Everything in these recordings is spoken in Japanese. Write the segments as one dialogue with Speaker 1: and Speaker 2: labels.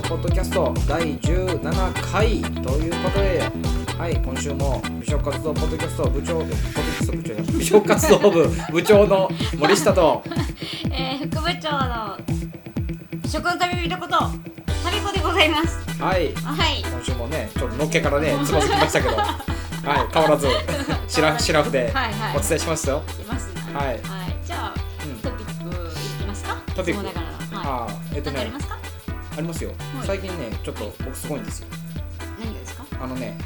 Speaker 1: ト第17回ということで、はい、今週も美食活動ポッドキャスト部長、ポッドキャスト部長、美食活動部部長の森下と、
Speaker 2: えー、副部長の食の旅人ことタミコでございます
Speaker 1: はい、
Speaker 2: はい
Speaker 1: 今週もね、ちょっとのっけからね、つまずきましたけど、はい、変わらず、シラフシラフで
Speaker 2: はいはい
Speaker 1: お伝えしましたよ。
Speaker 2: いますね
Speaker 1: はい
Speaker 2: じゃあ
Speaker 1: うん
Speaker 2: トピックいきますか
Speaker 1: トピック
Speaker 2: いつもだからは
Speaker 1: あーえっ
Speaker 2: い
Speaker 1: と
Speaker 2: 何かあり
Speaker 1: ね
Speaker 2: ま、すか
Speaker 1: ありますよ。
Speaker 2: はい
Speaker 1: 最近ね、ちょっと僕すごいんですよ。
Speaker 2: 何がですか
Speaker 1: あのね、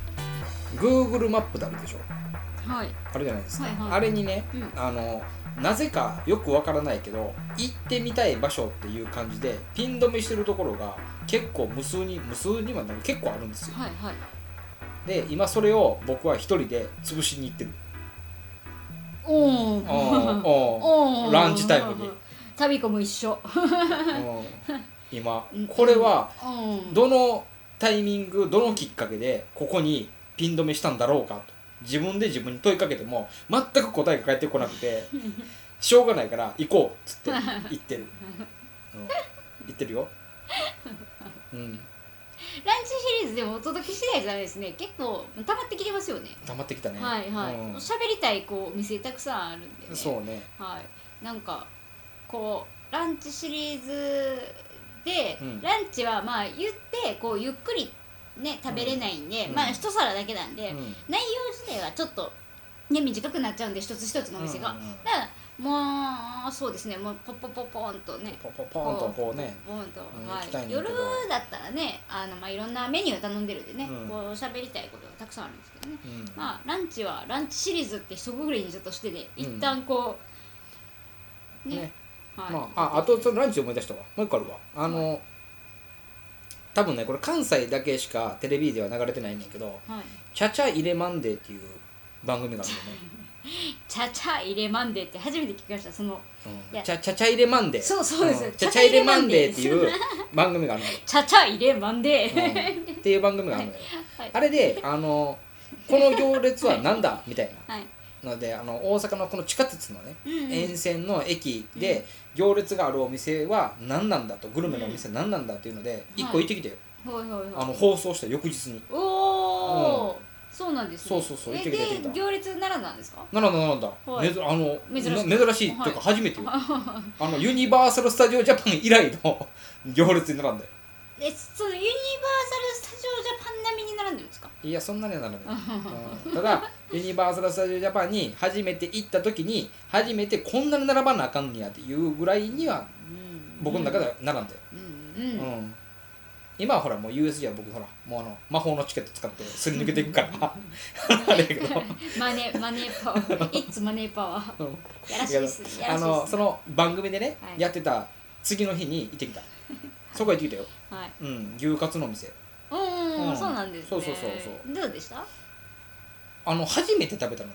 Speaker 1: Google マップであるでしょ。
Speaker 2: はい
Speaker 1: あるじゃないですか、
Speaker 2: はいはい
Speaker 1: あれにね、
Speaker 2: うん
Speaker 1: あのなぜかよくわからないけど行ってみたい場所っていう感じでピン止めしてるところが結構無数に無数にはなる結構あるんですよ
Speaker 2: はいはい
Speaker 1: で今それを僕は一人で潰しに行ってる
Speaker 2: お
Speaker 1: うん
Speaker 2: お
Speaker 1: うんランチタイムに
Speaker 2: タミコも一緒
Speaker 1: うん今これは
Speaker 2: うん
Speaker 1: どのタイミングどのきっかけでここにピン止めしたんだろうかと自分で自分に問いかけても全く答えが返ってこなく てしょうがないから行こうっつって行ってる、うん、行ってるよ、うん、
Speaker 2: ランチシリーズでもお届け次第じゃないですね結構溜まってきてますよね
Speaker 1: 溜まってきたね
Speaker 2: はいはい
Speaker 1: うん
Speaker 2: 喋りたいこうお店たくさんあるんでね
Speaker 1: そうね
Speaker 2: はい、なんかこうランチシリーズで、
Speaker 1: うん
Speaker 2: ランチはまあ言ってこうゆっくりね食べれないんで、
Speaker 1: うん
Speaker 2: まあ一皿だけなんで、
Speaker 1: うんうん
Speaker 2: 内容自体はちょっと、ね、短くなっちゃうんで一つ一つのお店が、
Speaker 1: うんうんうん
Speaker 2: だからもうそうですねもうポッポポポーンとね
Speaker 1: ポポポーンとこうね
Speaker 2: ポンと、
Speaker 1: うん
Speaker 2: は
Speaker 1: 行きたいん
Speaker 2: い、
Speaker 1: だけど
Speaker 2: 夜だったらねあの、まあ、いろんなメニュー頼んでるんでね、
Speaker 1: うん
Speaker 2: こう喋りたいことがたくさんあるんですけどね
Speaker 1: うん
Speaker 2: まあランチはランチシリーズって一括りにちょっとしてで
Speaker 1: うん
Speaker 2: 一旦こう、ね
Speaker 1: ね
Speaker 2: はい、
Speaker 1: まあ、ああとそのランチ思い出したわもう一個あるわあの、多分ねこれ関西だけしかテレビでは流れてないねんけど
Speaker 2: はい、
Speaker 1: 「チャチャ入れマンデー」っていう番組があるよ
Speaker 2: チャチャ入れマンデーって初めて聞きましたそのい
Speaker 1: ね、う
Speaker 2: や
Speaker 1: ん、チャチャチャ入れマンデー
Speaker 2: そうそうです
Speaker 1: んチャチャ入れマンデーっていう
Speaker 2: チャチャ入れ
Speaker 1: 番組があるのよ、
Speaker 2: チャチャ入れマンデー、
Speaker 1: うんっていう番組があるのよ、
Speaker 2: はい
Speaker 1: あれであのこの行列はなんだみたい
Speaker 2: はい
Speaker 1: なのであの大阪のこの地下鉄のね
Speaker 2: うんうん
Speaker 1: 沿線の駅で行列があるお店は何なんだとグルメのお店何なんだっていうので一個行ってきてよ、
Speaker 2: ほいほい
Speaker 1: あ
Speaker 2: ほい
Speaker 1: の放送した翌日に
Speaker 2: おおー、そうなんですね
Speaker 1: そうそうそう行っ
Speaker 2: え
Speaker 1: て
Speaker 2: で
Speaker 1: きた行ってきた
Speaker 2: 行列並んだんですか
Speaker 1: なんだなんだ、
Speaker 2: はい
Speaker 1: めずあの
Speaker 2: 珍しい
Speaker 1: な珍しいというか初めて よ、あのユニバーサル・スタジオ・ジャパン以来の行列に並んだよ
Speaker 2: えそのユニバーサル・スタジオ・ジャパン並みに並んでるんですか
Speaker 1: いやそんなにはならない、うんた だユニバーサル・スタジオ・ジャパンに初めて行った時に初めてこんなに並ばなあかんねやっていうぐらいには僕の中では並んだよ、
Speaker 2: うんうん、
Speaker 1: う
Speaker 2: うん
Speaker 1: ん今はほらもう USJ は僕ほらもうあの魔法のチケット使ってすり抜けていくから あれやけど
Speaker 2: マネマネーパワ ーイッツマネーパワー
Speaker 1: うん
Speaker 2: やらしいっすやら
Speaker 1: あ
Speaker 2: しい
Speaker 1: の
Speaker 2: っす
Speaker 1: その番組でね、
Speaker 2: はい
Speaker 1: やってた次の日に行ってきたそこ行ってきたよ、
Speaker 2: はい
Speaker 1: うん、牛カツの店
Speaker 2: うん、
Speaker 1: うん
Speaker 2: そうなんですね
Speaker 1: そうそうそうそう
Speaker 2: どうでした
Speaker 1: あの初めて食べたのね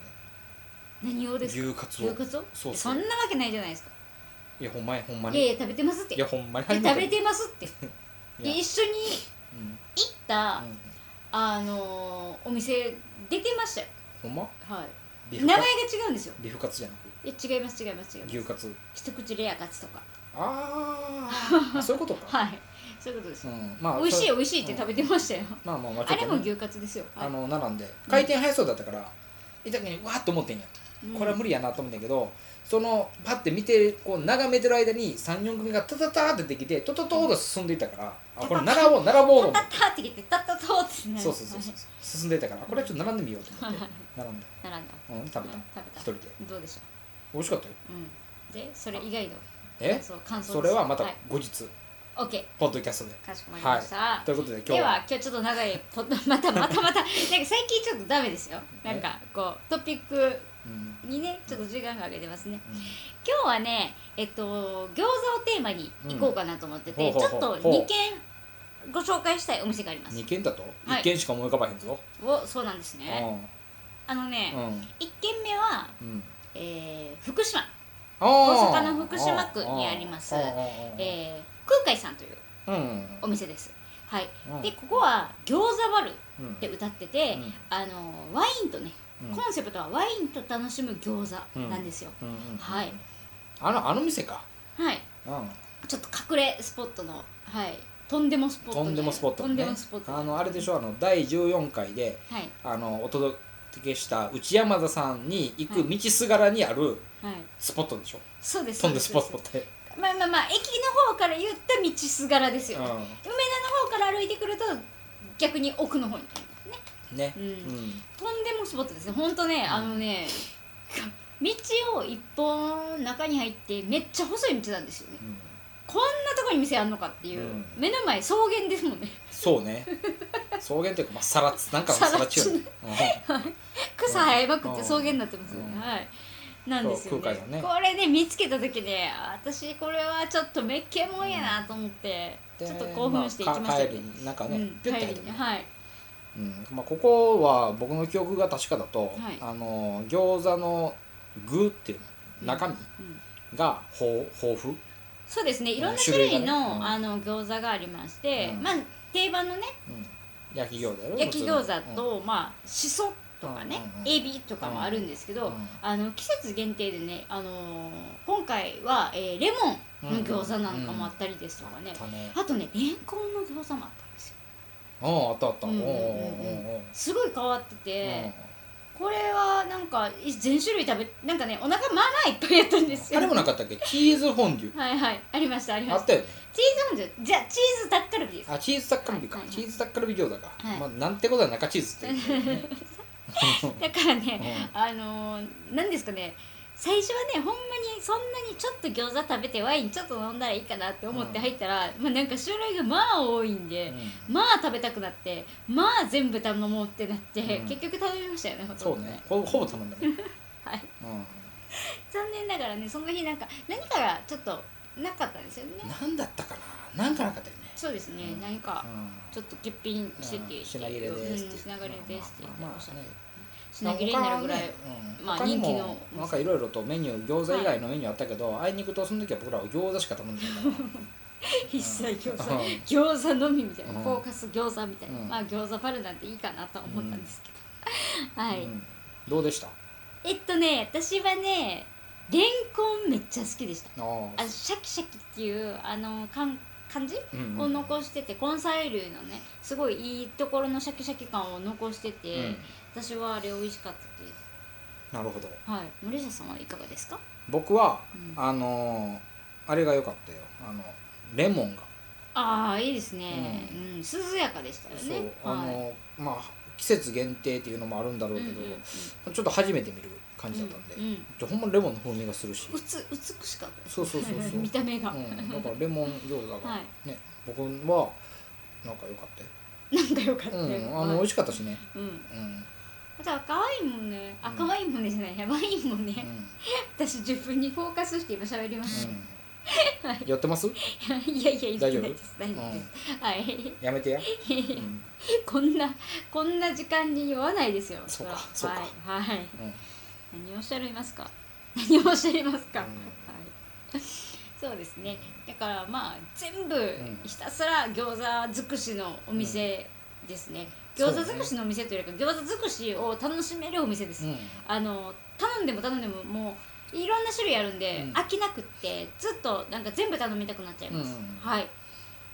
Speaker 2: 何をですか
Speaker 1: 牛カツを
Speaker 2: 牛カツを
Speaker 1: そうそう
Speaker 2: そんなわけないじゃないですか
Speaker 1: いやほんまにほんま
Speaker 2: いや
Speaker 1: に
Speaker 2: いや食べてますって
Speaker 1: いやほんまに
Speaker 2: いや食べてますって
Speaker 1: いや
Speaker 2: で一緒に
Speaker 1: うん
Speaker 2: 行った、
Speaker 1: うん
Speaker 2: あのーお店出てましたよ
Speaker 1: ほんま
Speaker 2: はい
Speaker 1: ビ
Speaker 2: 名
Speaker 1: フ
Speaker 2: 前
Speaker 1: カ
Speaker 2: が違
Speaker 1: ツ
Speaker 2: うんですよ
Speaker 1: ビフカツじゃない
Speaker 2: や違います違います違い
Speaker 1: く
Speaker 2: ます
Speaker 1: 牛カツ
Speaker 2: 一口レアカツとか
Speaker 1: あ ーあそういうことか、
Speaker 2: はいそういうことです、
Speaker 1: うんまあ、
Speaker 2: 美味しい
Speaker 1: それ
Speaker 2: 美味しいって食べてましたよ、
Speaker 1: まあまあまあちょ
Speaker 2: あ
Speaker 1: っと
Speaker 2: れ
Speaker 1: ね
Speaker 2: も牛カツですよ、はい
Speaker 1: あの並んで回転速そうだったからいた時にわーっと思ってんや
Speaker 2: うん
Speaker 1: これは無理やなと思うんだけど、そのパッて見てこう眺めてる間に34組がタタタってできてトトトーと進んでいったから、あこれ並ぼう並ぼうと思っ
Speaker 2: タ
Speaker 1: て
Speaker 2: ッタッタってきてタッタッタッってなる
Speaker 1: そうそうそうそう進んでいったからこれはちょっと並んでみようと思って並んだ、
Speaker 2: 並んだ
Speaker 1: うん、食べた
Speaker 2: うん食べた
Speaker 1: 一人で
Speaker 2: どうでしょ
Speaker 1: 美味しかったよ
Speaker 2: う、うん、でそれ以外の
Speaker 1: え
Speaker 2: そう感想
Speaker 1: それはまた
Speaker 2: はい、
Speaker 1: 後日、
Speaker 2: OK
Speaker 1: ポッドキャストで
Speaker 2: かしこまりました、
Speaker 1: ということで今
Speaker 2: で
Speaker 1: 日
Speaker 2: は今日ちょっと長いポッド またまたまたなんか最近ちょっとダメですよなんかこうトピック
Speaker 1: うん
Speaker 2: にねちょっと時間がかけてますね
Speaker 1: うん
Speaker 2: 今日はねえっと餃子をテーマに行こうかなと思ってて、
Speaker 1: うんほう
Speaker 2: ち
Speaker 1: ほ
Speaker 2: ょ
Speaker 1: うほ
Speaker 2: っ
Speaker 1: う
Speaker 2: と2軒ご紹介したいお店があります
Speaker 1: 二軒だと
Speaker 2: はい
Speaker 1: 一軒しか思い浮かばへんぞ、
Speaker 2: おそうなんですねあのね、
Speaker 1: うんうん
Speaker 2: 1軒目は、
Speaker 1: うん
Speaker 2: えー福島、
Speaker 1: 大
Speaker 2: 大阪の福島区にありますえー空海さんという
Speaker 1: うん
Speaker 2: お店ですはい
Speaker 1: うん
Speaker 2: でここは餃子バル
Speaker 1: うん
Speaker 2: って歌ってて、
Speaker 1: うん
Speaker 2: あのワインとね、
Speaker 1: うん
Speaker 2: コンセプトはワインと楽しむ餃子なんですよ、
Speaker 1: うんうん
Speaker 2: はい
Speaker 1: あのあの店か
Speaker 2: はい
Speaker 1: うん
Speaker 2: ちょっと隠れスポットのはいとんでもスポット
Speaker 1: とんでもスポット
Speaker 2: と
Speaker 1: も
Speaker 2: ん
Speaker 1: ね
Speaker 2: でもスポット
Speaker 1: あのあれでしょあの第14回で
Speaker 2: はい
Speaker 1: あのお届けした内山田さんに行く道すがらにある
Speaker 2: はい
Speaker 1: スポットでしょ、
Speaker 2: そうです
Speaker 1: とんでスポッ
Speaker 2: そう
Speaker 1: ト
Speaker 2: で
Speaker 1: って、
Speaker 2: すまあまあまあ駅の方から言った道すがらですよ、梅田の方から歩いてくると逆に奥の方に行くんで
Speaker 1: う
Speaker 2: すね
Speaker 1: ん、ね、
Speaker 2: う
Speaker 1: うんん
Speaker 2: とんでもスポットですねほんとねあのね道を一本中に入ってめっちゃ細い道なんですよね
Speaker 1: うん
Speaker 2: こんなとこに店あんのかっていう、
Speaker 1: うん
Speaker 2: 目の前草原ですもんね
Speaker 1: そうね 草原というか、まあ、さらつなんかのさらちゅうね、
Speaker 2: 草生えまくって
Speaker 1: うん
Speaker 2: 草原になってますよね、
Speaker 1: うん
Speaker 2: はいなんですよね
Speaker 1: そう空海山ね
Speaker 2: これね見つけた時ね私これはちょっとめっけもんやなと思って、
Speaker 1: うん
Speaker 2: ちょっと興奮して行きました
Speaker 1: あ
Speaker 2: け
Speaker 1: か
Speaker 2: ど、
Speaker 1: 帰りになんか
Speaker 2: う
Speaker 1: ね、
Speaker 2: ん、
Speaker 1: ピュッて入
Speaker 2: 帰
Speaker 1: っ
Speaker 2: り
Speaker 1: て
Speaker 2: に
Speaker 1: ね、
Speaker 2: はい
Speaker 1: うんまあ、ここは僕の記憶が確かだと、
Speaker 2: はい
Speaker 1: あの餃子の具っていうの中身
Speaker 2: うん
Speaker 1: が豊豊富、
Speaker 2: そうですねいろんな種
Speaker 1: 種類がね
Speaker 2: 類の,、
Speaker 1: うん
Speaker 2: あの餃子がありまして、
Speaker 1: うん
Speaker 2: まあ定番のね
Speaker 1: うん、焼き餃子やろ
Speaker 2: 焼き餃
Speaker 1: 普
Speaker 2: 子
Speaker 1: 通の
Speaker 2: と、まあしそとかね、
Speaker 1: うんうんうん
Speaker 2: エビとかもあるんですけど、
Speaker 1: うん
Speaker 2: あの季節限定でね、あのー今回は、えーレモンの餃子なんかもあったりですとか
Speaker 1: うん
Speaker 2: ね
Speaker 1: あっ、たね
Speaker 2: あとねレンコンの餃子もあったんですよ
Speaker 1: うんあったあった、
Speaker 2: う
Speaker 1: うんんう
Speaker 2: う
Speaker 1: んん
Speaker 2: う
Speaker 1: うんん
Speaker 2: うん
Speaker 1: うん
Speaker 2: すごい変わってて、これはなんかい全種類食べなんかねお腹まあまあいっぱいやったんですよ
Speaker 1: あれもなかったっけチーズフォンデュ
Speaker 2: はいはいありましたありま
Speaker 1: あ
Speaker 2: し
Speaker 1: ったたよね
Speaker 2: チーズフォンデュじゃあチーズタッカルビです
Speaker 1: あチーズタッカルビか、
Speaker 2: はいはい
Speaker 1: チーズタッカルビ餃子か、
Speaker 2: はい
Speaker 1: まあ、なんてことは中チーズって言うけどね、
Speaker 2: だからね、あのー、なんですかね最初はねほんまにそんなにちょっと餃子食べてワインちょっと飲んだらいいかなって思って入ったら、まあ、なんか種類がまあ多いんで、
Speaker 1: うん
Speaker 2: まあ食べたくなってまあ全部頼もうってなって、
Speaker 1: うん
Speaker 2: 結局食べましたよねほ
Speaker 1: そ
Speaker 2: とん
Speaker 1: う
Speaker 2: ど
Speaker 1: ねほほぼ頼んだね、
Speaker 2: はい、
Speaker 1: う
Speaker 2: 残念ながらねその日なんか何かがちょっとなかったんですよね
Speaker 1: ん、なんだったかななんかなかったよね、
Speaker 2: そうですね、
Speaker 1: うん
Speaker 2: 何か
Speaker 1: うん
Speaker 2: ちょっと欠品してて、
Speaker 1: 品切れですって
Speaker 2: うん品切れですって言って
Speaker 1: まあまあまあ
Speaker 2: ました
Speaker 1: ね
Speaker 2: ね品切れになるぐらい、
Speaker 1: ま
Speaker 2: まあ
Speaker 1: あ人
Speaker 2: 人気
Speaker 1: 気
Speaker 2: の
Speaker 1: のなんかいろいろとメニュー餃子以外のメニューあったけど、あいにくとその時は僕らは餃子しか頼んでないか
Speaker 2: 一切餃子、
Speaker 1: うん
Speaker 2: 餃子のみみたいな、
Speaker 1: うん
Speaker 2: フォーカス餃子みたいな、
Speaker 1: うん
Speaker 2: まあ餃子パルなんていいかなとは思ったんですけど、
Speaker 1: ら、
Speaker 2: はい、
Speaker 1: うんどうでしたあ
Speaker 2: えっとね私はねレンコンめっちゃ好きでしたあ
Speaker 1: あ
Speaker 2: のシャキシャキっていうあのかん感じ
Speaker 1: うん
Speaker 2: を残してて根菜類のねすごいいいところのシャキシャキ感を残してて、
Speaker 1: うん
Speaker 2: 私はあれ美味しかったです
Speaker 1: なるほど
Speaker 2: はい森下さんはいかがですか、
Speaker 1: 僕は
Speaker 2: うんあ
Speaker 1: あのーあれが良かったよあのレモンが、
Speaker 2: あいいですね、うん涼やかでしたよね
Speaker 1: そうあ
Speaker 2: はい
Speaker 1: のーまあ季節限定っていうのもあるんだろう
Speaker 2: うん
Speaker 1: け
Speaker 2: うん
Speaker 1: ど、
Speaker 2: うん
Speaker 1: ちょっと初めて見る感じだったんで、
Speaker 2: うんうん
Speaker 1: ほんまレモンの風味がするし、
Speaker 2: うつ美しかったです
Speaker 1: そうそうそうそ う
Speaker 2: 見た目が、
Speaker 1: うん、だからレモン餃子が、
Speaker 2: は
Speaker 1: ね僕はなんか良かったよ
Speaker 2: なんかよかったよ、
Speaker 1: うん、あの美味しかったしね。
Speaker 2: うん
Speaker 1: うん、
Speaker 2: あとは可愛いもんねあ
Speaker 1: うん
Speaker 2: 可愛いもんねじゃないやばいもんね、
Speaker 1: うん、 うん
Speaker 2: 私自分にフォーカスして今喋りました、
Speaker 1: やってます？
Speaker 2: いやいや、い
Speaker 1: 大丈夫
Speaker 2: ないです。大
Speaker 1: う
Speaker 2: 丈夫です。はい。
Speaker 1: やめて や。うん、
Speaker 2: こんな、こんな時間に酔わないですよ。
Speaker 1: そうか
Speaker 2: は
Speaker 1: そうか
Speaker 2: はい。はい。
Speaker 1: うん、
Speaker 2: 何をおっしゃいますか。何をおっしゃいますか。
Speaker 1: うん
Speaker 2: はい。 そうですね。だから、まあ、全部
Speaker 1: ん
Speaker 2: ひたすら餃子尽くしのお店ですね。
Speaker 1: そう
Speaker 2: 餃
Speaker 1: ね
Speaker 2: 子尽くしのお店というよりか、餃子尽くしを楽しめるお店です。あの頼んでも頼んでももういろんな種類あるんで、
Speaker 1: うん
Speaker 2: 飽きなくってずっとなんか全部頼みたくなっちゃいます、
Speaker 1: うん
Speaker 2: はい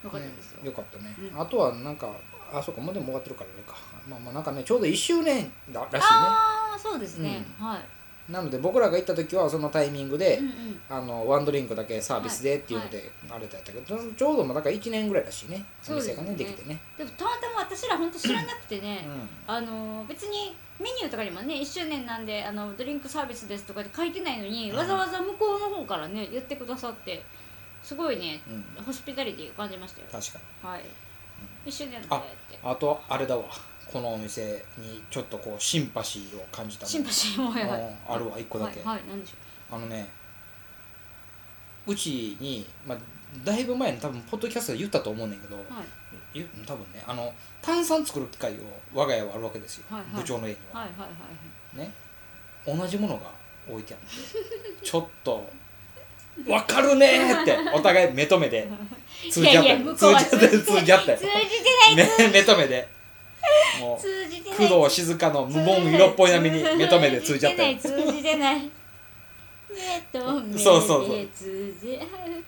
Speaker 2: よか
Speaker 1: う
Speaker 2: っ
Speaker 1: ん
Speaker 2: た
Speaker 1: ね
Speaker 2: ですよ、
Speaker 1: よかったね。
Speaker 2: うん
Speaker 1: あとはなんか、あ、そうか、もうでも終わってるからあれか。まあまあなんかね、ちょうど1周年だらしい
Speaker 2: ああそうですね、はい、
Speaker 1: ね。なので僕らが行った時はそのタイミングで。
Speaker 2: うんうん、
Speaker 1: あのワンドリンクだけサービスでっていうのであれだったけど、ちょうどまあだから1年ぐらいらしいねお
Speaker 2: そうです
Speaker 1: 店
Speaker 2: ね
Speaker 1: がねできてね、
Speaker 2: でもたまたま私ら本当知らなくて
Speaker 1: う
Speaker 2: ね、
Speaker 1: ん、
Speaker 2: あの別にメニューとかにもね1周年なんであのドリンクサービスですとかって書いてないのに、
Speaker 1: うん
Speaker 2: わざわざ向こうの方からね言ってくださってすごいね
Speaker 1: うん、
Speaker 2: ホスピタリティを感じましたよ
Speaker 1: 確かに
Speaker 2: はい、1周年だ
Speaker 1: あ
Speaker 2: ねって
Speaker 1: あとあれだわこのお店にちょっとこうシンパシーを感じたの
Speaker 2: シンパシーもやばい
Speaker 1: うんあるわ一個だけ
Speaker 2: はい、はい、なんでしょ
Speaker 1: あのねうちに、まあ、だいぶ前に多分ポッドキャストで言ったと思うねんだけど、
Speaker 2: うはい
Speaker 1: 言う多分ねあの炭酸作る機会を我が家はあるわけですよ、
Speaker 2: はいはい
Speaker 1: 部長の家には、
Speaker 2: はいはいはい
Speaker 1: ね同じものが置いてあって ちょっと「分かるね!」 ってお互い目と目で通じ合っ
Speaker 2: いや
Speaker 1: て
Speaker 2: いや向
Speaker 1: 通
Speaker 2: こう
Speaker 1: じ合
Speaker 2: は
Speaker 1: って 通じ合って
Speaker 2: 通じて
Speaker 1: ね目と目でもう
Speaker 2: 通じてない
Speaker 1: 工藤静香の無言色っぽい波に目と目で通じ合ったよ
Speaker 2: 通 じてない通じてない目と目で
Speaker 1: そうそうそう
Speaker 2: 通じ合う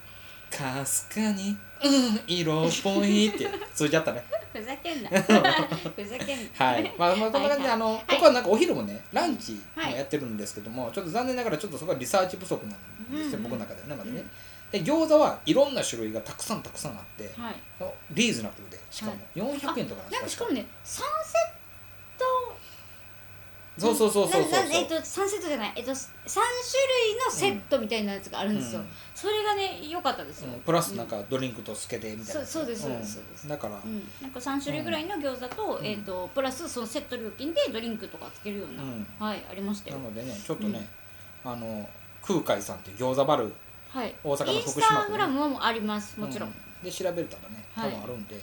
Speaker 1: かすかに、うん、色っぽいって通じちゃったね。
Speaker 2: ふざけ んなふざけんな
Speaker 1: はい、まあ、まあ、こんな感じで、あの、僕はなんかお昼もね、ランチもやってるんですけども、ちょっと残念ながら、ちょっとそこはリサーチ不足なんですよ、
Speaker 2: うん
Speaker 1: 僕の中ではね、まだ
Speaker 2: う
Speaker 1: ね
Speaker 2: ん。
Speaker 1: で、餃子はいろんな種類がたくさんたくさんあって、
Speaker 2: はい
Speaker 1: リーズナブルで、しかも
Speaker 2: は
Speaker 1: 400円とかなん
Speaker 2: なん
Speaker 1: で
Speaker 2: か
Speaker 1: す
Speaker 2: し
Speaker 1: よ
Speaker 2: かもねサンセット
Speaker 1: そうそうそうそうそう
Speaker 2: ななえっとサンセットじゃないえっと3種類のセットみたいなやつがあるんですよ、
Speaker 1: うん
Speaker 2: それがね良かったですよ、
Speaker 1: うんプラスなんかドリンクとスケでみたいな、
Speaker 2: そうそうですそうです
Speaker 1: ん
Speaker 2: そうです
Speaker 1: だから、
Speaker 2: うん、なんか3種類ぐらいの餃子と、
Speaker 1: うん
Speaker 2: えっとプラスそのセット料金でドリンクとかつけるような、
Speaker 1: うん
Speaker 2: はいありましたよ
Speaker 1: なのでねちょっとね、あの空海さんっていう餃子バル
Speaker 2: はい
Speaker 1: 大阪の
Speaker 2: イン
Speaker 1: 徳
Speaker 2: ス
Speaker 1: 島
Speaker 2: タ
Speaker 1: 区
Speaker 2: グラムもありますもちろん、
Speaker 1: うで調べるとね多
Speaker 2: はい
Speaker 1: 分あるんで、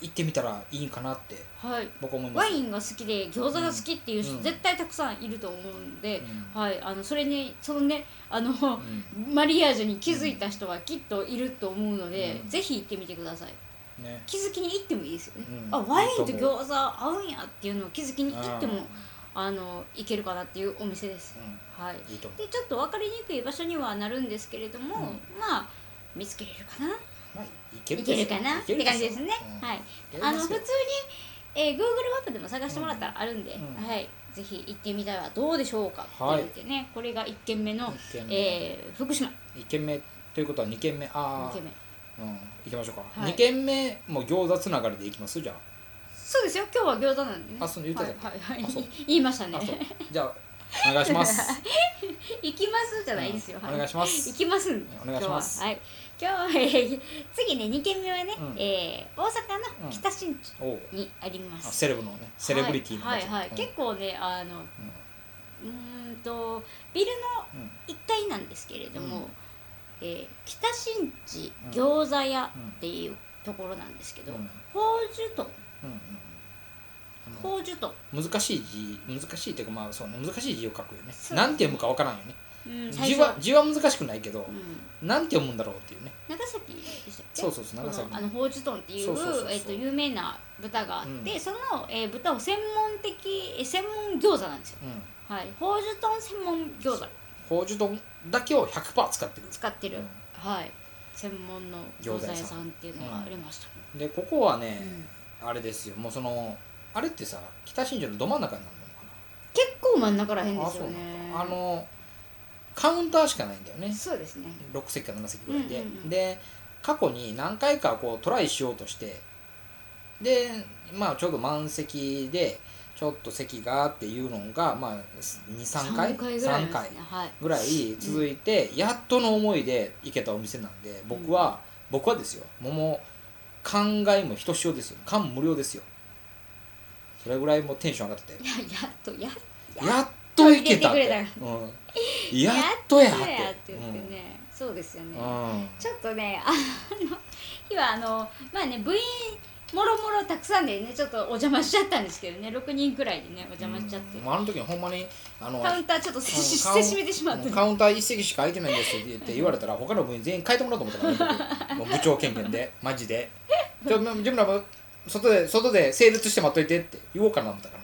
Speaker 1: 行ってみたらいいかなって
Speaker 2: はい
Speaker 1: 僕は思いま
Speaker 2: ワ
Speaker 1: す
Speaker 2: インが好きで餃子が好きっていう人、
Speaker 1: うん
Speaker 2: 絶対たくさんいると思うんで、
Speaker 1: う
Speaker 2: はいあのそれにそのねあの、
Speaker 1: うん
Speaker 2: マリアージュに気づいた人はきっといると思うので、
Speaker 1: うん
Speaker 2: ぜひ行ってみてください
Speaker 1: ね
Speaker 2: 気づきに行ってもいいですよね、
Speaker 1: うん
Speaker 2: あワインと
Speaker 1: いいと思
Speaker 2: 餃子合うんやっていうのを気づきに行っても、
Speaker 1: うん
Speaker 2: あの行けるかなっていうお店です、はい
Speaker 1: うんいいと思う
Speaker 2: でちょっと分かりにくい場所にはなるんですけれども、まあ見つけれるかな
Speaker 1: まあいけ
Speaker 2: い
Speaker 1: るでしょ
Speaker 2: けるかなっ
Speaker 1: いける
Speaker 2: て
Speaker 1: しょ
Speaker 2: 感じですね、
Speaker 1: うん
Speaker 2: はい
Speaker 1: いけ
Speaker 2: あ
Speaker 1: ま
Speaker 2: の
Speaker 1: す
Speaker 2: 普通
Speaker 1: よ
Speaker 2: に、えー、Google マップでも探してもらったらあるんで、
Speaker 1: うん
Speaker 2: はい、ぜひ行ってみたらどうでしょうかって言ってね、これが1軒目の、
Speaker 1: 一軒目
Speaker 2: えー福島
Speaker 1: 一軒目ということは二軒目ああ
Speaker 2: 2軒目
Speaker 1: うん行きましょうか、
Speaker 2: は
Speaker 1: 二
Speaker 2: い
Speaker 1: 軒目も餃子つながりで行きますじゃあ
Speaker 2: そうですよ今日は餃子なんでね
Speaker 1: あそう言ってた
Speaker 2: はい
Speaker 1: よ
Speaker 2: はいは
Speaker 1: あそう
Speaker 2: い言いましたね
Speaker 1: あそうじゃあお願いします
Speaker 2: 行きますじゃないですよ、
Speaker 1: うんお願いします
Speaker 2: 行きますんで
Speaker 1: お願いします
Speaker 2: 今日ははい今日は、えー次ね2軒目はね、
Speaker 1: うん
Speaker 2: えー大阪
Speaker 1: うん
Speaker 2: の北新地
Speaker 1: おう
Speaker 2: にありま
Speaker 1: あ
Speaker 2: す、
Speaker 1: セレブのねセレブリティの
Speaker 2: はい
Speaker 1: 街
Speaker 2: はい、はい
Speaker 1: うん
Speaker 2: 結構ねあのうーんとビルの
Speaker 1: うん
Speaker 2: 一帯なんですけれども、
Speaker 1: うん
Speaker 2: えー北新地
Speaker 1: うん
Speaker 2: 餃子屋っていうところなんですけど、
Speaker 1: うん
Speaker 2: 宝珠と
Speaker 1: うんうんあの
Speaker 2: 宝珠と、
Speaker 1: 難しい字難しいっていうかまあそうね難しい字を書くよね
Speaker 2: そう
Speaker 1: なんて読むかわからんよね
Speaker 2: うん、最
Speaker 1: 字
Speaker 2: 初
Speaker 1: は字は難しくないけど
Speaker 2: うん、
Speaker 1: なんて読むんだろうっていうね
Speaker 2: 長崎でしたっけ
Speaker 1: そうそうそう長
Speaker 2: こ
Speaker 1: 崎
Speaker 2: のあの宝珠豚っていう
Speaker 1: そうそうそうそう
Speaker 2: えっと有名な豚があって、
Speaker 1: うん
Speaker 2: その、えー豚を専門的えー専門餃子なんですよ
Speaker 1: うん
Speaker 2: はい宝珠豚専門餃子
Speaker 1: 宝珠丼だけを100%使ってる
Speaker 2: 使ってる、
Speaker 1: うん
Speaker 2: はい専門の餃子屋さんっていうのがありました、
Speaker 1: でここはね
Speaker 2: うん、
Speaker 1: あれですよもうそのあれってさ北新宿のど真ん中になるのか
Speaker 2: 結構真ん中らへん
Speaker 1: な
Speaker 2: で
Speaker 1: あ
Speaker 2: す
Speaker 1: そう
Speaker 2: よ
Speaker 1: なん
Speaker 2: ね
Speaker 1: だあのカウンターしかないんだよね
Speaker 2: そうですね
Speaker 1: 6席か7席ぐらいで、
Speaker 2: うんうんうん
Speaker 1: で過去に何回かこうトライしようとしてでまあちょうど満席でちょっと席がっていうのがまあ23回
Speaker 2: 三ぐらい
Speaker 1: 三
Speaker 2: ですねはい
Speaker 1: ぐらい続いて、やっとの思いで行けたお店なんで僕は、僕はですよ桃考えもひとしおですよ感無量ですよそれぐらいもうテンション上がってて
Speaker 2: いややっとやっ
Speaker 1: やっと行けたっ
Speaker 2: 入
Speaker 1: て
Speaker 2: れて
Speaker 1: うん、やっとや
Speaker 2: と
Speaker 1: っ
Speaker 2: やってて言ってね、そうですよね、
Speaker 1: うんうん
Speaker 2: ちょっとねあの 日はあのまあね部員もろもろたくさんでねちょっとお邪魔しちゃったんですけどね6人くらいでねお邪魔しちゃって、
Speaker 1: うん、あの時ほんまにあの
Speaker 2: カウンターちょっとせ し
Speaker 1: うん
Speaker 2: せしめてしまって、
Speaker 1: カウンター一席しか空いてないんですって言って言われたら他の部員全員変えてもらおうと思ったから、 ね、僕もう部長権限でマジでちょ自分らも外で外で整列して待っといてって言おうかなと思ったから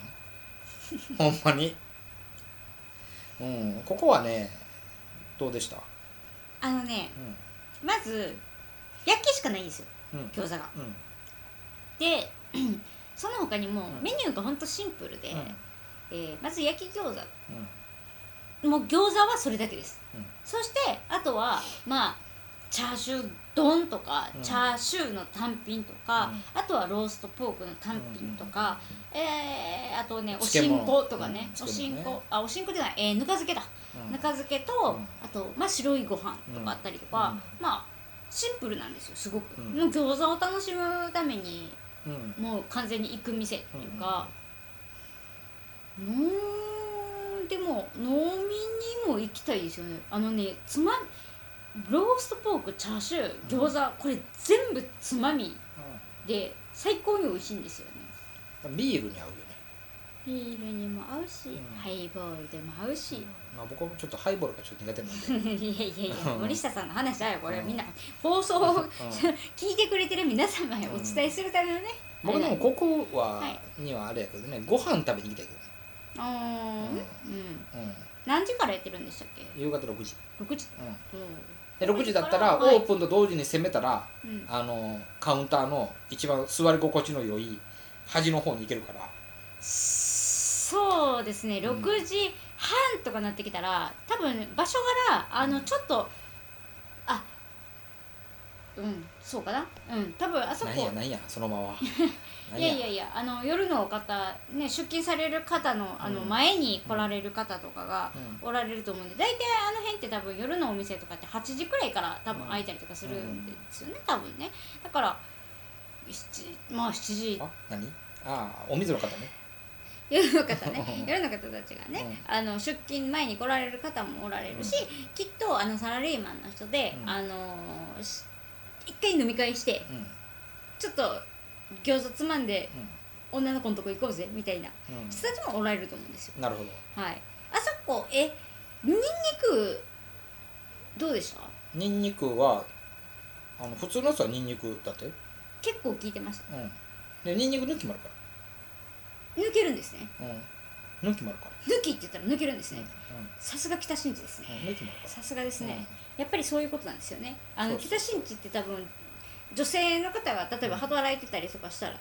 Speaker 1: ねほんまにうんここはねどうでした
Speaker 2: あのね
Speaker 1: う
Speaker 2: まず焼きしかないんですよ
Speaker 1: んうん
Speaker 2: 餃子が
Speaker 1: うん
Speaker 2: で その他にも
Speaker 1: うん
Speaker 2: メニューがほんとシンプルで、
Speaker 1: うん
Speaker 2: えーまず焼き餃子
Speaker 1: うん
Speaker 2: もう餃子はそれだけです、
Speaker 1: うん
Speaker 2: そしてあとはまあチャーシュー丼とか、
Speaker 1: うん
Speaker 2: チャーシューの単品とか、あとはローストポークの単品とか、えー、あとねおし
Speaker 1: 漬
Speaker 2: ん
Speaker 1: 物
Speaker 2: ことかね、
Speaker 1: うん
Speaker 2: おし
Speaker 1: 漬
Speaker 2: ん
Speaker 1: 物
Speaker 2: こ
Speaker 1: ね
Speaker 2: あおしんこじゃない、えー、ぬか漬けだ、
Speaker 1: うん
Speaker 2: ぬか漬けと、
Speaker 1: うん
Speaker 2: あと、まあ、白いご飯とかあったりとか、まあシンプルなんですよすご
Speaker 1: う
Speaker 2: く、
Speaker 1: ん
Speaker 2: もう餃子を楽しむために
Speaker 1: うんうん
Speaker 2: もう完全に行く店っていうか、もうでも飲みにも行きたいですよねあのねつまローストポークチャーシュー餃子、これ全部つまみで最高に美味しいんですよね
Speaker 1: うんビールに合うよね、
Speaker 2: ビールにも合うし、
Speaker 1: うん
Speaker 2: ハイボールでも合うし、
Speaker 1: まあ、僕もちょっとハイボールがちょっと苦手 なんで
Speaker 2: いやいやいや
Speaker 1: うん
Speaker 2: 森下さんの話だよこれ、
Speaker 1: うん
Speaker 2: みんな放送を
Speaker 1: ん
Speaker 2: 聞いてくれてる皆様へお伝えするためのね、
Speaker 1: 僕でもここは、
Speaker 2: はい
Speaker 1: にはあれやけどねご飯食べに行きたいけどね
Speaker 2: あーうん
Speaker 1: うん
Speaker 2: 何時からやってるんでしたっけ
Speaker 1: 夕方6時、
Speaker 2: 6時
Speaker 1: うん
Speaker 2: うん
Speaker 1: で6時だったらオ
Speaker 2: はい
Speaker 1: ープンと同時に攻めたら
Speaker 2: うん、
Speaker 1: あのカウンターの一番座り心地の良い端の方に行けるから
Speaker 2: そうですね
Speaker 1: うん
Speaker 2: 6時半とかなってきたら多分場所柄あのちょっとあうんそうかなうん多分あそこ
Speaker 1: なんやなんやそのま まなん
Speaker 2: いやいやいやあの夜のお方、ね、出勤される方のあの
Speaker 1: うん
Speaker 2: 前に来られる方とかが
Speaker 1: うん
Speaker 2: おられると思うんで大体あの辺って多分夜のお店とかって8時くらいから多分
Speaker 1: うん
Speaker 2: 開いたりとかするんですよね多分ねだから7まあ7時
Speaker 1: あ何ああお水の方ね
Speaker 2: 夜の 方ね夜の方たちがね、
Speaker 1: う
Speaker 2: あの出勤前に来られる方もおられるし、きっとあのサラリーマンの人で、
Speaker 1: うん
Speaker 2: あのし一回飲み会して
Speaker 1: うん
Speaker 2: ちょっと餃子つまんで
Speaker 1: う
Speaker 2: 女の子のとこ行こうぜみたいなん
Speaker 1: う
Speaker 2: 人たちもおられると思うんですよ
Speaker 1: んなるほど
Speaker 2: はいあそこえニンニクどうでした
Speaker 1: ニンニクはあの普通のやつはニンニクだってうん
Speaker 2: 結構効いてました
Speaker 1: でニンニク抜きもあるか
Speaker 2: 抜けるんですね
Speaker 1: らうん抜きもあるから
Speaker 2: 抜きって言ったら抜けるんです
Speaker 1: うん
Speaker 2: ねさすが北新地ですね
Speaker 1: うん抜きもあるか
Speaker 2: さすがです
Speaker 1: ら
Speaker 2: ね、やっぱりそういうことなんですよねあの
Speaker 1: そうそ
Speaker 2: 北新地って多分女性の方が例えば働いてたりとかしたら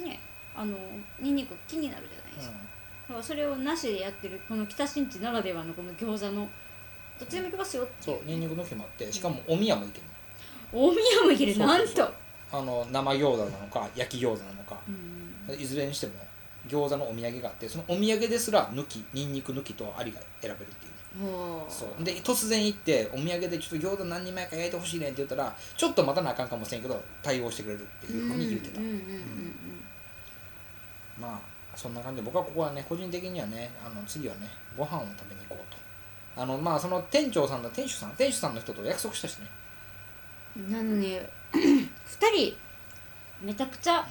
Speaker 1: うんうん
Speaker 2: ねあのニンニク気になるじゃないですか,、だからそれをなしでやってるこの北新地ならではのこの餃子のどっちでもいけますよってい
Speaker 1: そううニンニク抜きもあってしかもお宮もいける
Speaker 2: 大宮もいける
Speaker 1: そう
Speaker 2: な
Speaker 1: そ
Speaker 2: ん
Speaker 1: うそう
Speaker 2: と
Speaker 1: あの生餃子なのか焼き餃子なのか
Speaker 2: うん
Speaker 1: いずれにしても餃子のお土産があってそのお土産ですら抜きニンニク抜きとありが選べるっていう
Speaker 2: もう
Speaker 1: そうで突然行ってお土産でちょっと餃子何人前か焼いてほしいねんって言ったらちょっと待たなあかんかもしれんけど対応してくれるっていうふうに言ってた、
Speaker 2: うんうんうん
Speaker 1: まあそんな感じで僕はここはね個人的にはねあの次はねご飯を食べに行こうとあのまあその店長さんの店主さん店主さんの人と約束したしね、
Speaker 2: うんうんなのね二人めちゃくちゃ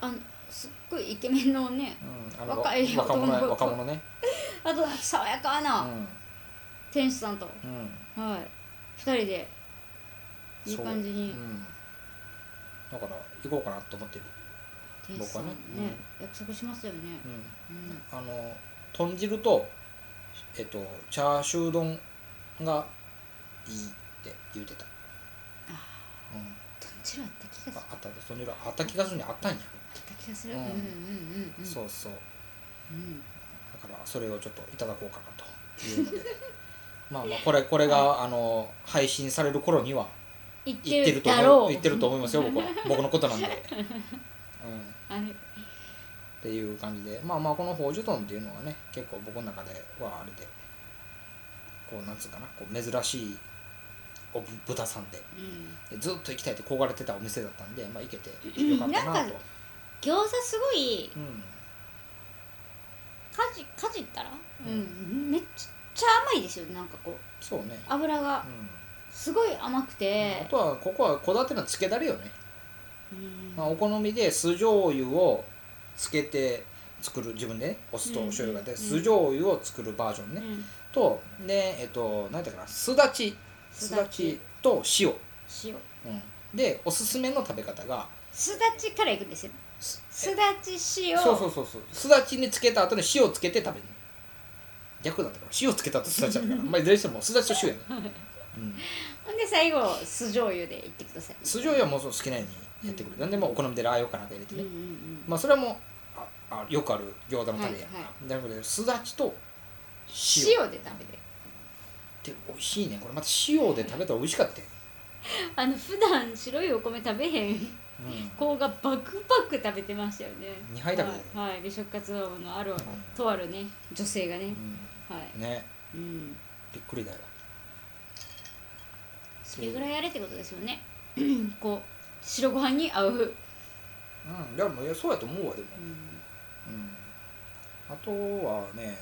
Speaker 2: あのすっごいイケメンのね
Speaker 1: うんうん、あの
Speaker 2: 若い
Speaker 1: 若者
Speaker 2: 男の子
Speaker 1: 若者ね
Speaker 2: あとなんか爽やか
Speaker 1: う、
Speaker 2: なん店主さんと、
Speaker 1: うん、
Speaker 2: はい二人でいい
Speaker 1: そう
Speaker 2: 感じに
Speaker 1: うん、だから行こうかなと思ってる、
Speaker 2: 店主さんね
Speaker 1: 僕はね
Speaker 2: 約束しましたよね、
Speaker 1: うん、
Speaker 2: うん
Speaker 1: あの豚汁と、えっと、チャーシュー丼がいいって言うてた、うん、
Speaker 2: どっちらあった気がする
Speaker 1: ああった豚汁あった気がするにあったんや、
Speaker 2: あった気がする、う、
Speaker 1: うんん
Speaker 2: うんうんうんうん
Speaker 1: そうそう
Speaker 2: うん
Speaker 1: だからそれをちょっといただこうかなというのでまあまあこれこれが、あの配信される頃には
Speaker 2: 言っ
Speaker 1: 言ってて
Speaker 2: る
Speaker 1: ると
Speaker 2: だろ
Speaker 1: 思
Speaker 2: う
Speaker 1: う言ってると思いますよ僕は僕のことなんで、うん、っ
Speaker 2: あれ
Speaker 1: ていう感じでまあまあこの宝珠豚っていうのはね結構僕の中ではあれでこうなんつうかなこう珍しいおぶ豚さんで
Speaker 2: うん
Speaker 1: でずっと行きたいって焦がれてたお店だったんでまあ行けてよかったなと
Speaker 2: なんか餃子すごい
Speaker 1: うん
Speaker 2: かじかじったら、
Speaker 1: う
Speaker 2: う
Speaker 1: ん
Speaker 2: ん、めっちゃ甘いですよねなんかこう
Speaker 1: そうね、
Speaker 2: 油が
Speaker 1: うん
Speaker 2: すごい甘く
Speaker 1: あ
Speaker 2: て、
Speaker 1: とはここはこだわってるのはつけだれよね
Speaker 2: うん
Speaker 1: まあ、お好みで酢醤油をつけて作る自分でねお酢とお醤油がで、
Speaker 2: うん
Speaker 1: 酢醤油を作るバージョンね、
Speaker 2: うん
Speaker 1: とでえっと何だかなすだち
Speaker 2: す
Speaker 1: す
Speaker 2: だ
Speaker 1: だ
Speaker 2: ち
Speaker 1: ちと塩、う
Speaker 2: 塩
Speaker 1: ん、でおすすめの食べ方が
Speaker 2: すだちからいくんですよ
Speaker 1: す
Speaker 2: すだち塩
Speaker 1: そうそうそうそうすだちにつけた後に塩をつけて食べるの逆だったから塩をつけた後すだちだっ たからまあいずれにしてもすだちと塩やね、うん、
Speaker 2: ほんで最後酢醤油でいってください
Speaker 1: 酢醤油はもうそう好きなようにやってくる、なんでもうお好みでラー油かなんか入れて
Speaker 2: うん
Speaker 1: ね
Speaker 2: う、ん
Speaker 1: まあそれはもうああよくある餃子のタレやんか、
Speaker 2: はい
Speaker 1: な
Speaker 2: は
Speaker 1: のですだちと
Speaker 2: うん、
Speaker 1: 塩っ
Speaker 2: 塩で食べて
Speaker 1: て美味しいねこれまた塩で食べたら美味しかったよ、
Speaker 2: あの普段白いお米食べへ
Speaker 1: う
Speaker 2: ん
Speaker 1: ん
Speaker 2: 子がバクバク食べてましたよね
Speaker 1: 二杯だけで
Speaker 2: はい、はい、美食活動部のある、
Speaker 1: ん
Speaker 2: とあるね女性がね、はい、
Speaker 1: うんね
Speaker 2: うん、
Speaker 1: びっくりだよ
Speaker 2: それぐらいやれってことですよねこう白ご飯に合う、
Speaker 1: うんでもいやそうやと思うわでも、
Speaker 2: うん、
Speaker 1: うん、あとはね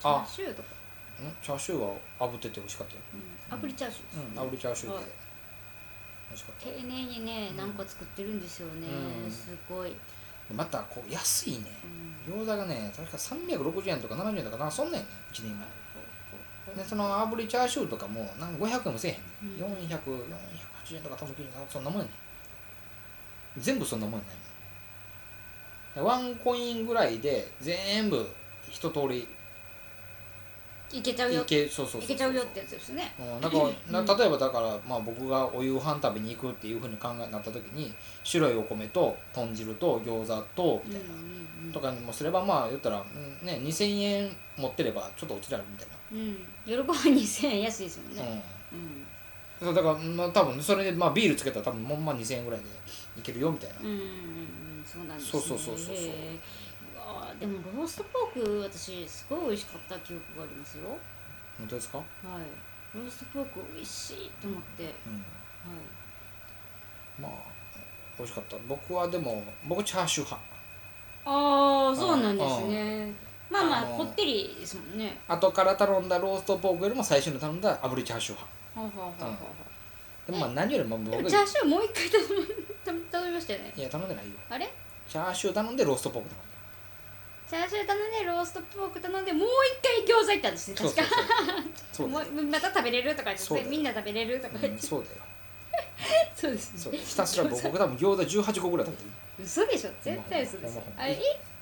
Speaker 2: チャ
Speaker 1: あ
Speaker 2: ーシューとか、
Speaker 1: んチャーシューは炙ってて美味しかったよ
Speaker 2: うん、炙りチャーシューですね、
Speaker 1: うん炙りチャーシュー
Speaker 2: は
Speaker 1: で
Speaker 2: い
Speaker 1: 美味しかった
Speaker 2: 丁寧にね
Speaker 1: うん
Speaker 2: 何個作ってるんですよね、
Speaker 1: うん
Speaker 2: すごい、
Speaker 1: でまたこう安いね
Speaker 2: うん
Speaker 1: 餃子がね確か360円とか70円とかなそんなんやね1人前でその炙りチャーシューとかもなんか500円もせえへんね、
Speaker 2: うん
Speaker 1: ん、400480円とか多分そんなもんやねん全部そんなもんやないねんワンコインぐらいで全部一通り
Speaker 2: いけちゃうよ
Speaker 1: いけそうそうそう
Speaker 2: いけちゃうよってやつですね
Speaker 1: うん、なんかな
Speaker 2: うん
Speaker 1: 例えばだから、まあ、僕がお夕飯食べに行くっていうふうに考えになった時に白いお米と豚汁と餃子と
Speaker 2: うんうんうん
Speaker 1: とかにもすればまあ言ったら、うんね、2,000円持ってればちょっと落ちられるみたい
Speaker 2: うん夜ご飯2000円安いですもん
Speaker 1: な、
Speaker 2: ね
Speaker 1: うん、
Speaker 2: うん
Speaker 1: そうだから、まあ、多分それで、まあ、ビールつけたら多分もうまあ2,000円ぐらいでいけるよみたいな、
Speaker 2: うんうんうんそうなんです
Speaker 1: そうそうそうそうそう
Speaker 2: へえうわーでもローストポーク私すごい美味しかった記憶がありますよ
Speaker 1: 本当ですか、
Speaker 2: はいローストポーク美味しいと思ってはい
Speaker 1: うん、まあ美味しかった僕はでも僕チャーシュー派
Speaker 2: ああそうなんですねまあまあ
Speaker 1: あの
Speaker 2: こってりですもんね
Speaker 1: 後から頼んだローストポークよりも最初に頼んだ炙りチャーシュー派
Speaker 2: はあはあはあは
Speaker 1: でもまあ何よりも
Speaker 2: あで
Speaker 1: 僕
Speaker 2: もチャーシューもう一回頼む頼みましたよね
Speaker 1: いや頼んでないよ
Speaker 2: あれ
Speaker 1: チャーシュー頼んでローストポーク頼んだ
Speaker 2: チャーシュー頼んでローストポーク頼んでもう一回餃子行ったんですね
Speaker 1: そうそ
Speaker 2: 確か
Speaker 1: うそうそうだよ、
Speaker 2: もうまた食べれるとか言って
Speaker 1: そうだよ
Speaker 2: みんな食べれるとか
Speaker 1: う
Speaker 2: 言っ
Speaker 1: ん、
Speaker 2: て、
Speaker 1: そうだよ
Speaker 2: そう です
Speaker 1: そう
Speaker 2: ね
Speaker 1: だよひたすら僕多分餃子18個ぐらい食べて
Speaker 2: 嘘でしょ絶対嘘ですよあれ一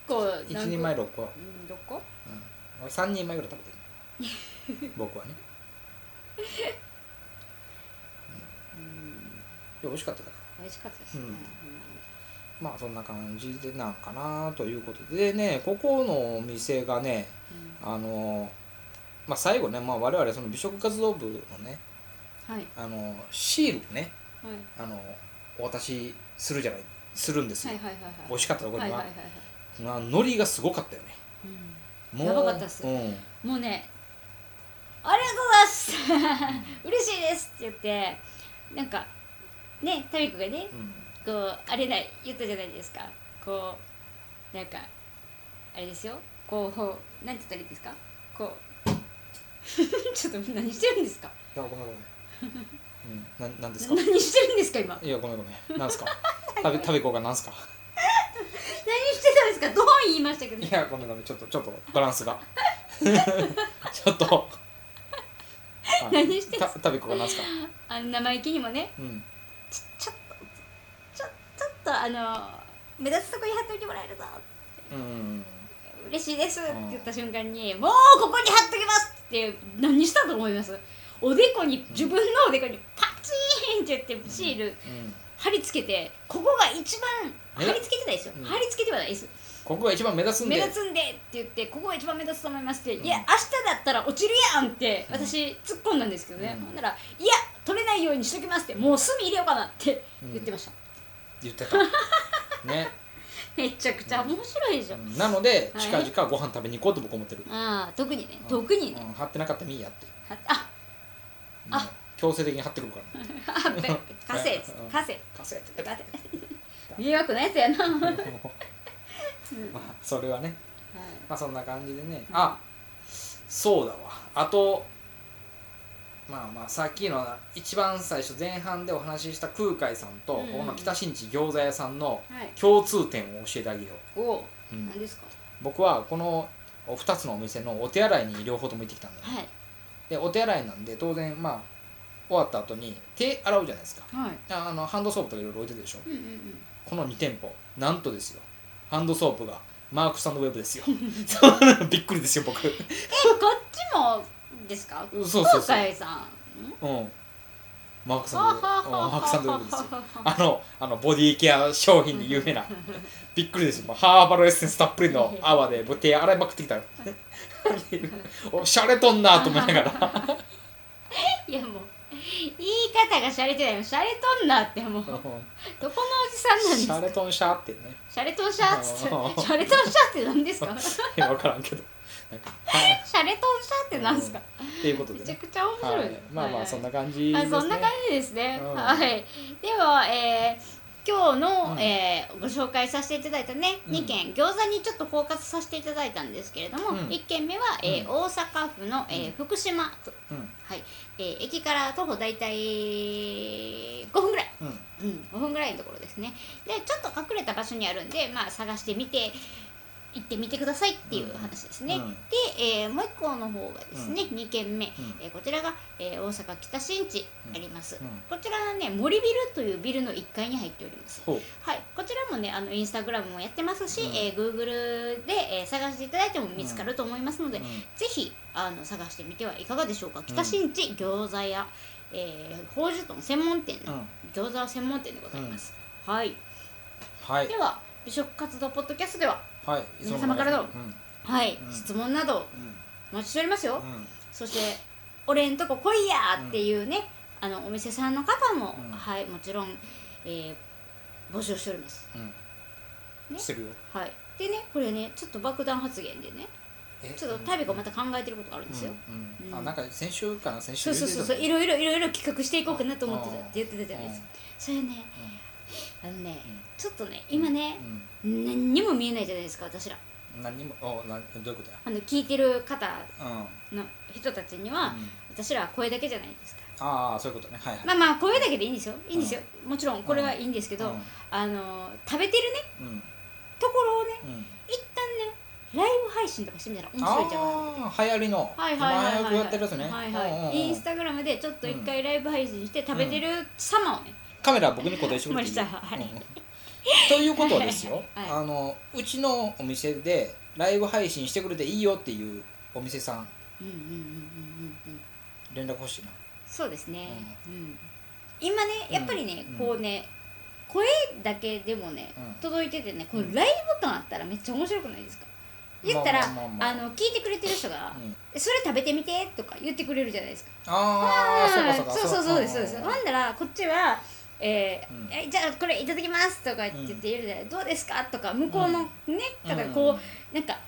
Speaker 2: 個
Speaker 1: る1人前6個、うん
Speaker 2: うん6個、
Speaker 1: 俺3人前ぐらい食べてる僕はね
Speaker 2: うん、
Speaker 1: いや美味しかったから
Speaker 2: 美味しかったですね、
Speaker 1: うん
Speaker 2: ほん
Speaker 1: まあそんな感じでなんかなということででねここのお店がねあのまあ最後ね、まあ、我々その美食活動部のね
Speaker 2: まにはい
Speaker 1: あのシールをね
Speaker 2: はい
Speaker 1: あのお渡しするじゃないするんですよ、
Speaker 2: はいはいはいはい
Speaker 1: 美味しかったところ
Speaker 2: はい
Speaker 1: に
Speaker 2: は
Speaker 1: は、
Speaker 2: いはいはい、
Speaker 1: まあ、海苔がすごかったよね
Speaker 2: うん
Speaker 1: もう
Speaker 2: やばかったっす
Speaker 1: うん
Speaker 2: もうね「ありがとうございます! 」 嬉しいですって言ってなんかねタミコがね
Speaker 1: うん
Speaker 2: こうあれない言ったじゃないですかこうなんかあれですよこうほうなんて言ったらいいですかこう ちょっと何してるんですか
Speaker 1: いやごめんごめん、うん、ななんですか
Speaker 2: 何してるんですか今
Speaker 1: いやごめんごめんなんす か食べ食べこうがなんすか
Speaker 2: 何してたんですかドン言いましたけど
Speaker 1: いやごめんごめんちょっとちょっとバラン スがちょっと、はい
Speaker 2: 何してん
Speaker 1: た食べこうがなんすか
Speaker 2: あの生意気にもね
Speaker 1: うん
Speaker 2: ちちょっとちょちょっとあの目立つとこに貼っておいてもらえるぞ
Speaker 1: うんうんうん
Speaker 2: 嬉しいですって
Speaker 1: うん
Speaker 2: 言った瞬間に「もうここに貼っときます!」って何したと思いますおでこに自分のおでこにパチーンって言ってシール
Speaker 1: うん
Speaker 2: 貼り付けてここが一番
Speaker 1: え
Speaker 2: 貼り付けてないですよ、
Speaker 1: うん
Speaker 2: 貼り付けてはないです
Speaker 1: ここが一番目立つんで
Speaker 2: 目立つんでって言ってここが一番目立つと思いますって、
Speaker 1: うん
Speaker 2: いや明日だったら落ちるやんって私突っ込んだんですけどね、
Speaker 1: うん
Speaker 2: ほんなら「いや取れないようにしときます」ってもう墨入れようかなって言ってました、
Speaker 1: 言ってたね、
Speaker 2: めちゃくちゃ面白いでしょ、
Speaker 1: うんなので
Speaker 2: はい
Speaker 1: 近々ご飯食べに行こうと僕は思ってる、
Speaker 2: ああ特にね
Speaker 1: うん
Speaker 2: 特に
Speaker 1: う
Speaker 2: ね、
Speaker 1: ん、貼ってなかったらいいやって
Speaker 2: はああ
Speaker 1: うん強制的に貼ってくるから
Speaker 2: あ べ貸せつ
Speaker 1: うん
Speaker 2: 貸せ
Speaker 1: 稼いで
Speaker 2: 貸せ迷惑なやつやな、はい、
Speaker 1: まあそれはねまあそんな感じでねあそうだわあとまあまあさっきの一番最初前半でお話しした空海さんと、
Speaker 2: うんうん
Speaker 1: この北新地餃子屋さんの
Speaker 2: はい、
Speaker 1: 共通点を教えてあげよ
Speaker 2: おお
Speaker 1: う、うん
Speaker 2: 何ですか
Speaker 1: 僕はこの2つのお店のお手洗いに両方とも行ってきたんだよ、
Speaker 2: はい
Speaker 1: でお手洗いなんで当然まあ終わった後に手洗うじゃないですか
Speaker 2: はい
Speaker 1: ああのハンドソープとかいろいろ置いてるでしょ
Speaker 2: うんうんうん
Speaker 1: この2店舗なんとですよハンドソープがマークスウェブ ですよそうびっくりですよ僕
Speaker 2: えこっちもですか
Speaker 1: そうそうそう
Speaker 2: 東海さん
Speaker 1: うんマークさ んの、うん、マークさんのウェブですよ
Speaker 2: は
Speaker 1: あのあのボディケア商品で有名なびっくりですよもうハーバルエッセンスたっぷりの泡でもう手洗いまくってき たおしゃれとんなと思いなが ら
Speaker 2: いやもう言い方がシャレてないよシャレとんなって もうどこのおじさんなんです
Speaker 1: シ
Speaker 2: か
Speaker 1: ャレとんしゃってね
Speaker 2: シャレとんしゃーっつって
Speaker 1: う
Speaker 2: シ
Speaker 1: ん
Speaker 2: ャレとんしゃーって何ですかシ
Speaker 1: 分からんけどなんかはい
Speaker 2: ャレとんしゃーって何ですか
Speaker 1: うんっていうこと
Speaker 2: め
Speaker 1: で
Speaker 2: ちゃ
Speaker 1: ね
Speaker 2: くちゃ面白い、
Speaker 1: はいまあまあそんな感じ
Speaker 2: は
Speaker 1: で
Speaker 2: い
Speaker 1: すね
Speaker 2: あそんな感じですね、
Speaker 1: うん
Speaker 2: はいでは、えー今日の、
Speaker 1: うん
Speaker 2: えーご紹介させていただいたね、
Speaker 1: うん
Speaker 2: 2軒餃子にちょっとフォーカスさせていただいたんですけれども、
Speaker 1: うん
Speaker 2: 1軒目は、えー
Speaker 1: う
Speaker 2: 大阪府の、えー福島区、
Speaker 1: うん
Speaker 2: はいえー駅から徒歩大体5分ぐらい、
Speaker 1: うん
Speaker 2: うん、5分ぐらいのところですねでちょっと隠れた場所にあるんで、まあ、探してみて行ってみてくださいっていう話ですね、
Speaker 1: うん
Speaker 2: で、えーもう一個の方がですね、二2軒目、えーこちらが、えー大阪北新地あります、
Speaker 1: うん
Speaker 2: こちらはね森ビルというビルの1階に入っております
Speaker 1: ほう
Speaker 2: はいこちらももねあのインスタグラムもやってますし、
Speaker 1: うん
Speaker 2: えー Google で、えー探していただいても見つかると思いますので、
Speaker 1: うん
Speaker 2: ぜひあの探してみてはいかがでしょうか北新地餃子屋、えー、宝珠豚専門店の
Speaker 1: うん
Speaker 2: 餃子専門店でございます、はい
Speaker 1: はい
Speaker 2: では美食活動ポッドキャストでは
Speaker 1: はい
Speaker 2: 皆様からの
Speaker 1: うんうん
Speaker 2: はい、
Speaker 1: うん
Speaker 2: 質問などお待ちしておりますよ、
Speaker 1: うん
Speaker 2: そして「俺んとこ来いや!」っていうね、あのお店さんの方も、
Speaker 1: うん
Speaker 2: はいもちろん、えー募集しております
Speaker 1: うん
Speaker 2: ね
Speaker 1: してるよ
Speaker 2: はいでねこれねちょっと爆弾発言でね
Speaker 1: え
Speaker 2: ちょっとタビがまた考えてることがあるんですよ、
Speaker 1: うんうん
Speaker 2: うん
Speaker 1: あなんか先週かな先週
Speaker 2: そうそうそうそうい
Speaker 1: ろ
Speaker 2: ろいろいろいろ企画していこうかなと思ってたって言ってたじ
Speaker 1: じ
Speaker 2: ゃ
Speaker 1: ゃ
Speaker 2: ない
Speaker 1: ない
Speaker 2: で
Speaker 1: ですす
Speaker 2: か
Speaker 1: か
Speaker 2: それねあのねちょっとね今ね
Speaker 1: うん
Speaker 2: 何にも見えないじゃないですか私ら
Speaker 1: うん何にもおなんどういうことや
Speaker 2: あの聞いてる方
Speaker 1: うんうん
Speaker 2: の人たちには私らは声だけじゃないですか
Speaker 1: ああそういうことねはいはい
Speaker 2: まあまあ声だけでいいんですよいいんですよもちろんこれはいいんですけど、
Speaker 1: うん
Speaker 2: あの食べてるね
Speaker 1: うん
Speaker 2: ところをね
Speaker 1: うん
Speaker 2: 一旦ねライブ配信とかしてみたら面白いんちゃうかな
Speaker 1: ああ流行りの
Speaker 2: はいはいはい
Speaker 1: 今
Speaker 2: は
Speaker 1: 流行
Speaker 2: い
Speaker 1: やってるやつね
Speaker 2: はいはい
Speaker 1: うんうんうん
Speaker 2: インスタグラムでちょっと一回ライブ配信して食べてる様をね、
Speaker 1: カメラ僕に答えしてくれていい
Speaker 2: 森下はい
Speaker 1: うんということはですよ、
Speaker 2: はい
Speaker 1: あのうちのお店でライブ配信してくれていいよっていうお店さん
Speaker 2: うんうんうんうんうんうん
Speaker 1: 連絡欲しいな
Speaker 2: そうですね、うん今ねやっぱりね、
Speaker 1: うん
Speaker 2: こうね声だけでもね、
Speaker 1: うん
Speaker 2: 届いててねこの
Speaker 1: うん
Speaker 2: ライブ感あったらめっちゃ面白くないですか言ったら、
Speaker 1: まあまあまあまあ
Speaker 2: の聞いてくれてる人が
Speaker 1: うん
Speaker 2: 「それ食べてみて」とか言ってくれるじゃないですか
Speaker 1: ああそうかそうか
Speaker 2: そうそうそうですそうです
Speaker 1: ん
Speaker 2: ほんだらこっちは「えー
Speaker 1: うん
Speaker 2: えじゃあこれいただきます」とか言って言えるじゃない、どうですか?」とか向こうのね、方がこうなんか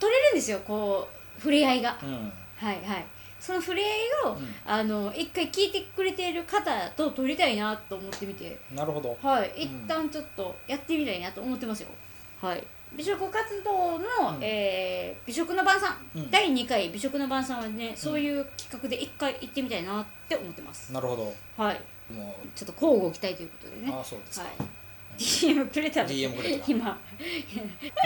Speaker 2: 取れるんですよこう触れ合いが、
Speaker 1: うん、うん
Speaker 2: はいはいその触れ合いを、
Speaker 1: うん
Speaker 2: あの一回聞いてくれている方と撮りたいなと思ってみて
Speaker 1: なるほど
Speaker 2: はい一
Speaker 1: うん
Speaker 2: 旦ちょっとやってみたいなと思ってますよはい美食活動の、
Speaker 1: うん
Speaker 2: えー美食の晩餐、
Speaker 1: うん
Speaker 2: 第2回美食の晩餐はねそういう企画で一回行ってみたいなって思ってます、
Speaker 1: なるほど
Speaker 2: はい
Speaker 1: も
Speaker 2: ちょっと交互期待ということで
Speaker 1: う、
Speaker 2: ね
Speaker 1: あ
Speaker 2: は
Speaker 1: あそうですか、
Speaker 2: い DM くれたら
Speaker 1: DM くれたら
Speaker 2: 今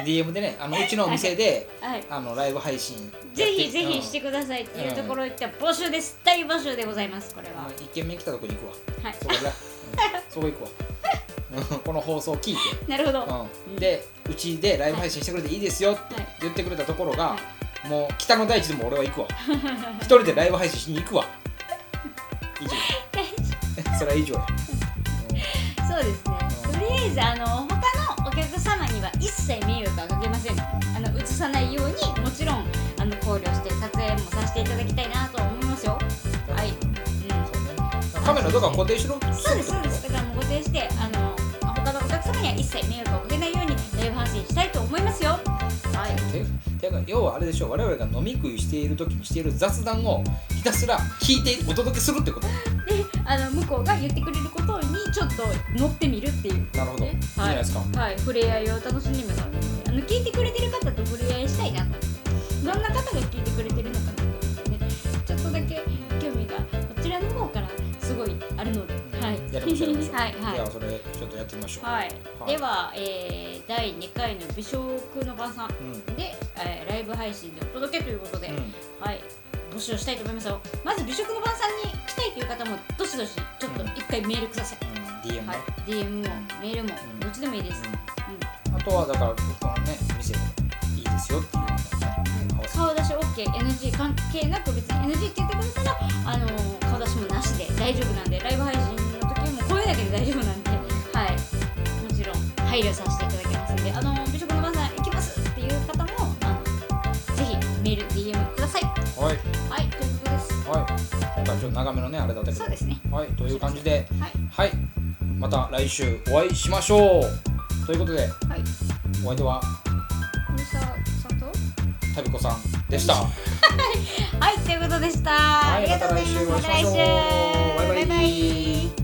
Speaker 1: DM でねあのうちのお店で
Speaker 2: はい
Speaker 1: あのライブ配信やって
Speaker 2: ぜひぜひして
Speaker 1: うん
Speaker 2: くださいっていうところを言ったら募集です大募集でございますこれは
Speaker 1: もう一軒目来たとこに行くわ
Speaker 2: はい
Speaker 1: そこだ、うん、そこ行くわうんこの放送聞いて、
Speaker 2: なるほど、は
Speaker 1: うん、でうちでライブ配信してくれていいですよって
Speaker 2: い
Speaker 1: 言ってくれたところが、
Speaker 2: は
Speaker 1: もう北の大地でも俺は行くわ一人でライブ配信しに行くわ以上それは以上や、
Speaker 2: そうですね。とりあえずあの他のお客様には一切迷惑はかけません。あの映さないようにもちろんあの考慮して撮影もさせていただきたいなと思いますよ。
Speaker 1: うん
Speaker 2: はいうん。
Speaker 1: そうねカメラとか固定しろ
Speaker 2: そうですそうです。だからもう固定してあの他のお客様には一切迷惑をかけないようにライブ配信したいと思いますよ。はい。
Speaker 1: ててか要はあれでしょ我々が飲み食いしている時にしている雑談をひたすら聞いてお届けするってこと
Speaker 2: であの向こうが言ってくれることにちょっと乗ってみるっていう。
Speaker 1: なるほど、
Speaker 2: ね
Speaker 1: いいじゃないですか
Speaker 2: はい、触れ合いを楽しんでみたんですあの聞いてくれてる方と触れ合いしたいなと思ってどんな方が聞いてくれてるのかなと思ってねちょっとだけ興味がこちらの方からすごいあるので、はい、
Speaker 1: やりましょうやりましょう
Speaker 2: はいはい
Speaker 1: ではそれちょっとやってみましょう
Speaker 2: はい
Speaker 1: はい
Speaker 2: では、えー第2回の美食の晩さん
Speaker 1: うん
Speaker 2: で、えーライブ配信でお届けということで、
Speaker 1: うん
Speaker 2: はい募集したいと思いますよまず美食の晩さんに来たいという方もどしどしちょっと一回メールください、
Speaker 1: うん DM ね、
Speaker 2: はい、DM もメールも
Speaker 1: うん
Speaker 2: どっちでもいいです、
Speaker 1: うんあとはだからこのね店でいいですよっていうのをね合わせて
Speaker 2: 顔出し OKNG 関係なく別に NG って言ってくれたら、あのー顔出しもなしで大丈夫なんでライブ配信の時も声だけで大丈夫なんではいもちろん配慮させていただきますんで「あのー美食のばさん行きます」っていう方もあのぜひメール DM ください
Speaker 1: はい
Speaker 2: はいということです
Speaker 1: はい今回ちょっと長めのねあれだったけ
Speaker 2: そうで
Speaker 1: ど
Speaker 2: すね
Speaker 1: はいという感じで
Speaker 2: はい
Speaker 1: はいまた来週お会いしましょうということで
Speaker 2: はい
Speaker 1: お相手は
Speaker 2: 森下さんと
Speaker 1: タビコさんでした
Speaker 2: はいということでした、
Speaker 1: い
Speaker 2: ありがとうございます
Speaker 1: また来週お会いしましょう
Speaker 2: また来週
Speaker 1: バイバイ
Speaker 2: バイバイ